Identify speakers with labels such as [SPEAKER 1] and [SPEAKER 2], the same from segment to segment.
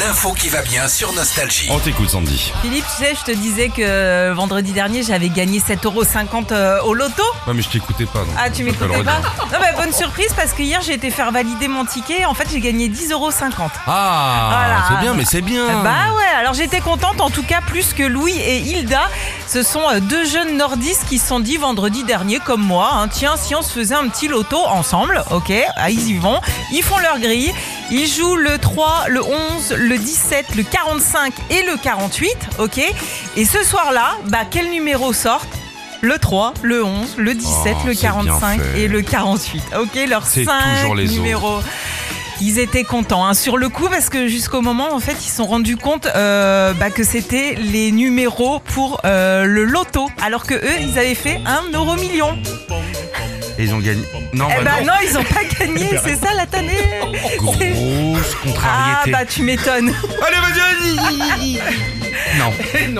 [SPEAKER 1] L'info qui va bien sur Nostalgie.
[SPEAKER 2] On t'écoute Sandy.
[SPEAKER 3] Philippe, tu sais, je te disais que euh, vendredi dernier, j'avais gagné 7,50€ euh, au loto.
[SPEAKER 2] Non mais je t'écoutais pas. donc,
[SPEAKER 3] Ah, tu
[SPEAKER 2] on peut le
[SPEAKER 3] m'écoutais pas
[SPEAKER 2] redire.
[SPEAKER 3] Non, mais bonne surprise parce que hier, j'ai été faire valider mon ticket. En fait, j'ai gagné 10,50€.
[SPEAKER 2] Ah,
[SPEAKER 3] Voilà.
[SPEAKER 2] c'est bien, mais c'est bien.
[SPEAKER 3] Bah ouais, alors j'étais contente, en tout cas plus que Louis et Hilda. Ce sont euh, deux jeunes nordistes qui se sont dit vendredi dernier, comme moi, hein, tiens, si on se faisait un petit loto ensemble, ok, ah, ils y vont, ils font leur grille, ils jouent le 3, le 11, le 17, le 45 et le 48, ok. Et ce soir-là, bah quel numéro sort le 3, le 11, le 17,
[SPEAKER 2] Oh,
[SPEAKER 3] le
[SPEAKER 2] c'est bien
[SPEAKER 3] 45
[SPEAKER 2] fait.
[SPEAKER 3] et le 48. Ok, leurs
[SPEAKER 2] C'est
[SPEAKER 3] 5
[SPEAKER 2] toujours les autres.
[SPEAKER 3] numéros. Ils étaient contents hein, sur le coup parce que jusqu'au moment en fait ils se sont rendus compte euh, bah, que c'était les numéros pour euh, le loto alors que eux ils avaient fait un euro million.
[SPEAKER 2] Et ils ont gagné. Non, Eh Oh,
[SPEAKER 3] eh
[SPEAKER 2] Oh bah
[SPEAKER 3] ben non. ils ont pas gagné c'est ça la tannée.
[SPEAKER 2] non. Grosse
[SPEAKER 3] Ah
[SPEAKER 2] contrariété.
[SPEAKER 3] bah tu m'étonnes.
[SPEAKER 2] Allez, vas-y, vas-y. non.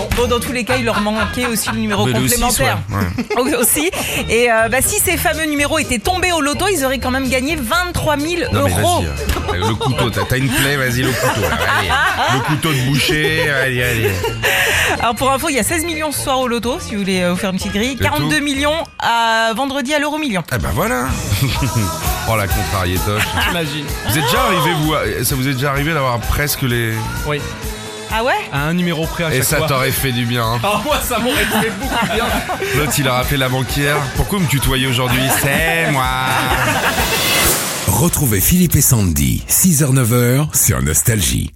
[SPEAKER 3] non. Bon dans tous les cas il leur manquait aussi le numéro
[SPEAKER 2] Mais le six,
[SPEAKER 3] complémentaire.
[SPEAKER 2] ouais, ouais.
[SPEAKER 3] aussi et euh, bah, si ces fameux numéros étaient tombés au loto ils auraient quand même gagné 23 000
[SPEAKER 2] Non, mais
[SPEAKER 3] euros.
[SPEAKER 2] vas-y. euh, Le couteau, t'as t'as une plaie, vas-y, le couteau. Allez, le couteau de boucher, allez, allez.
[SPEAKER 3] Alors pour info, il y a 16 millions ce soir au loto, si vous voulez euh, vous faire une petite grille.
[SPEAKER 2] tout.
[SPEAKER 3] 42 millions à vendredi à l'euro million.
[SPEAKER 2] Eh ben voilà. oh la contrariétoche.
[SPEAKER 4] Imagine.
[SPEAKER 2] Vous êtes déjà arrivé, vous, à- ça vous est déjà arrivé d'avoir presque les.
[SPEAKER 4] Oui.
[SPEAKER 3] Ah ouais
[SPEAKER 4] À un numéro près à
[SPEAKER 2] Et
[SPEAKER 4] chaque
[SPEAKER 2] ça
[SPEAKER 4] fois.
[SPEAKER 2] t'aurait fait du bien. hein.
[SPEAKER 4] Ah, moi, ça m'aurait fait beaucoup de bien.
[SPEAKER 2] L'autre, il a rappelé la banquière. Pourquoi vous me tutoyez aujourd'hui C'est moi.
[SPEAKER 1] Retrouvez Philippe et Sandy, 6h-9h sur Nostalgie.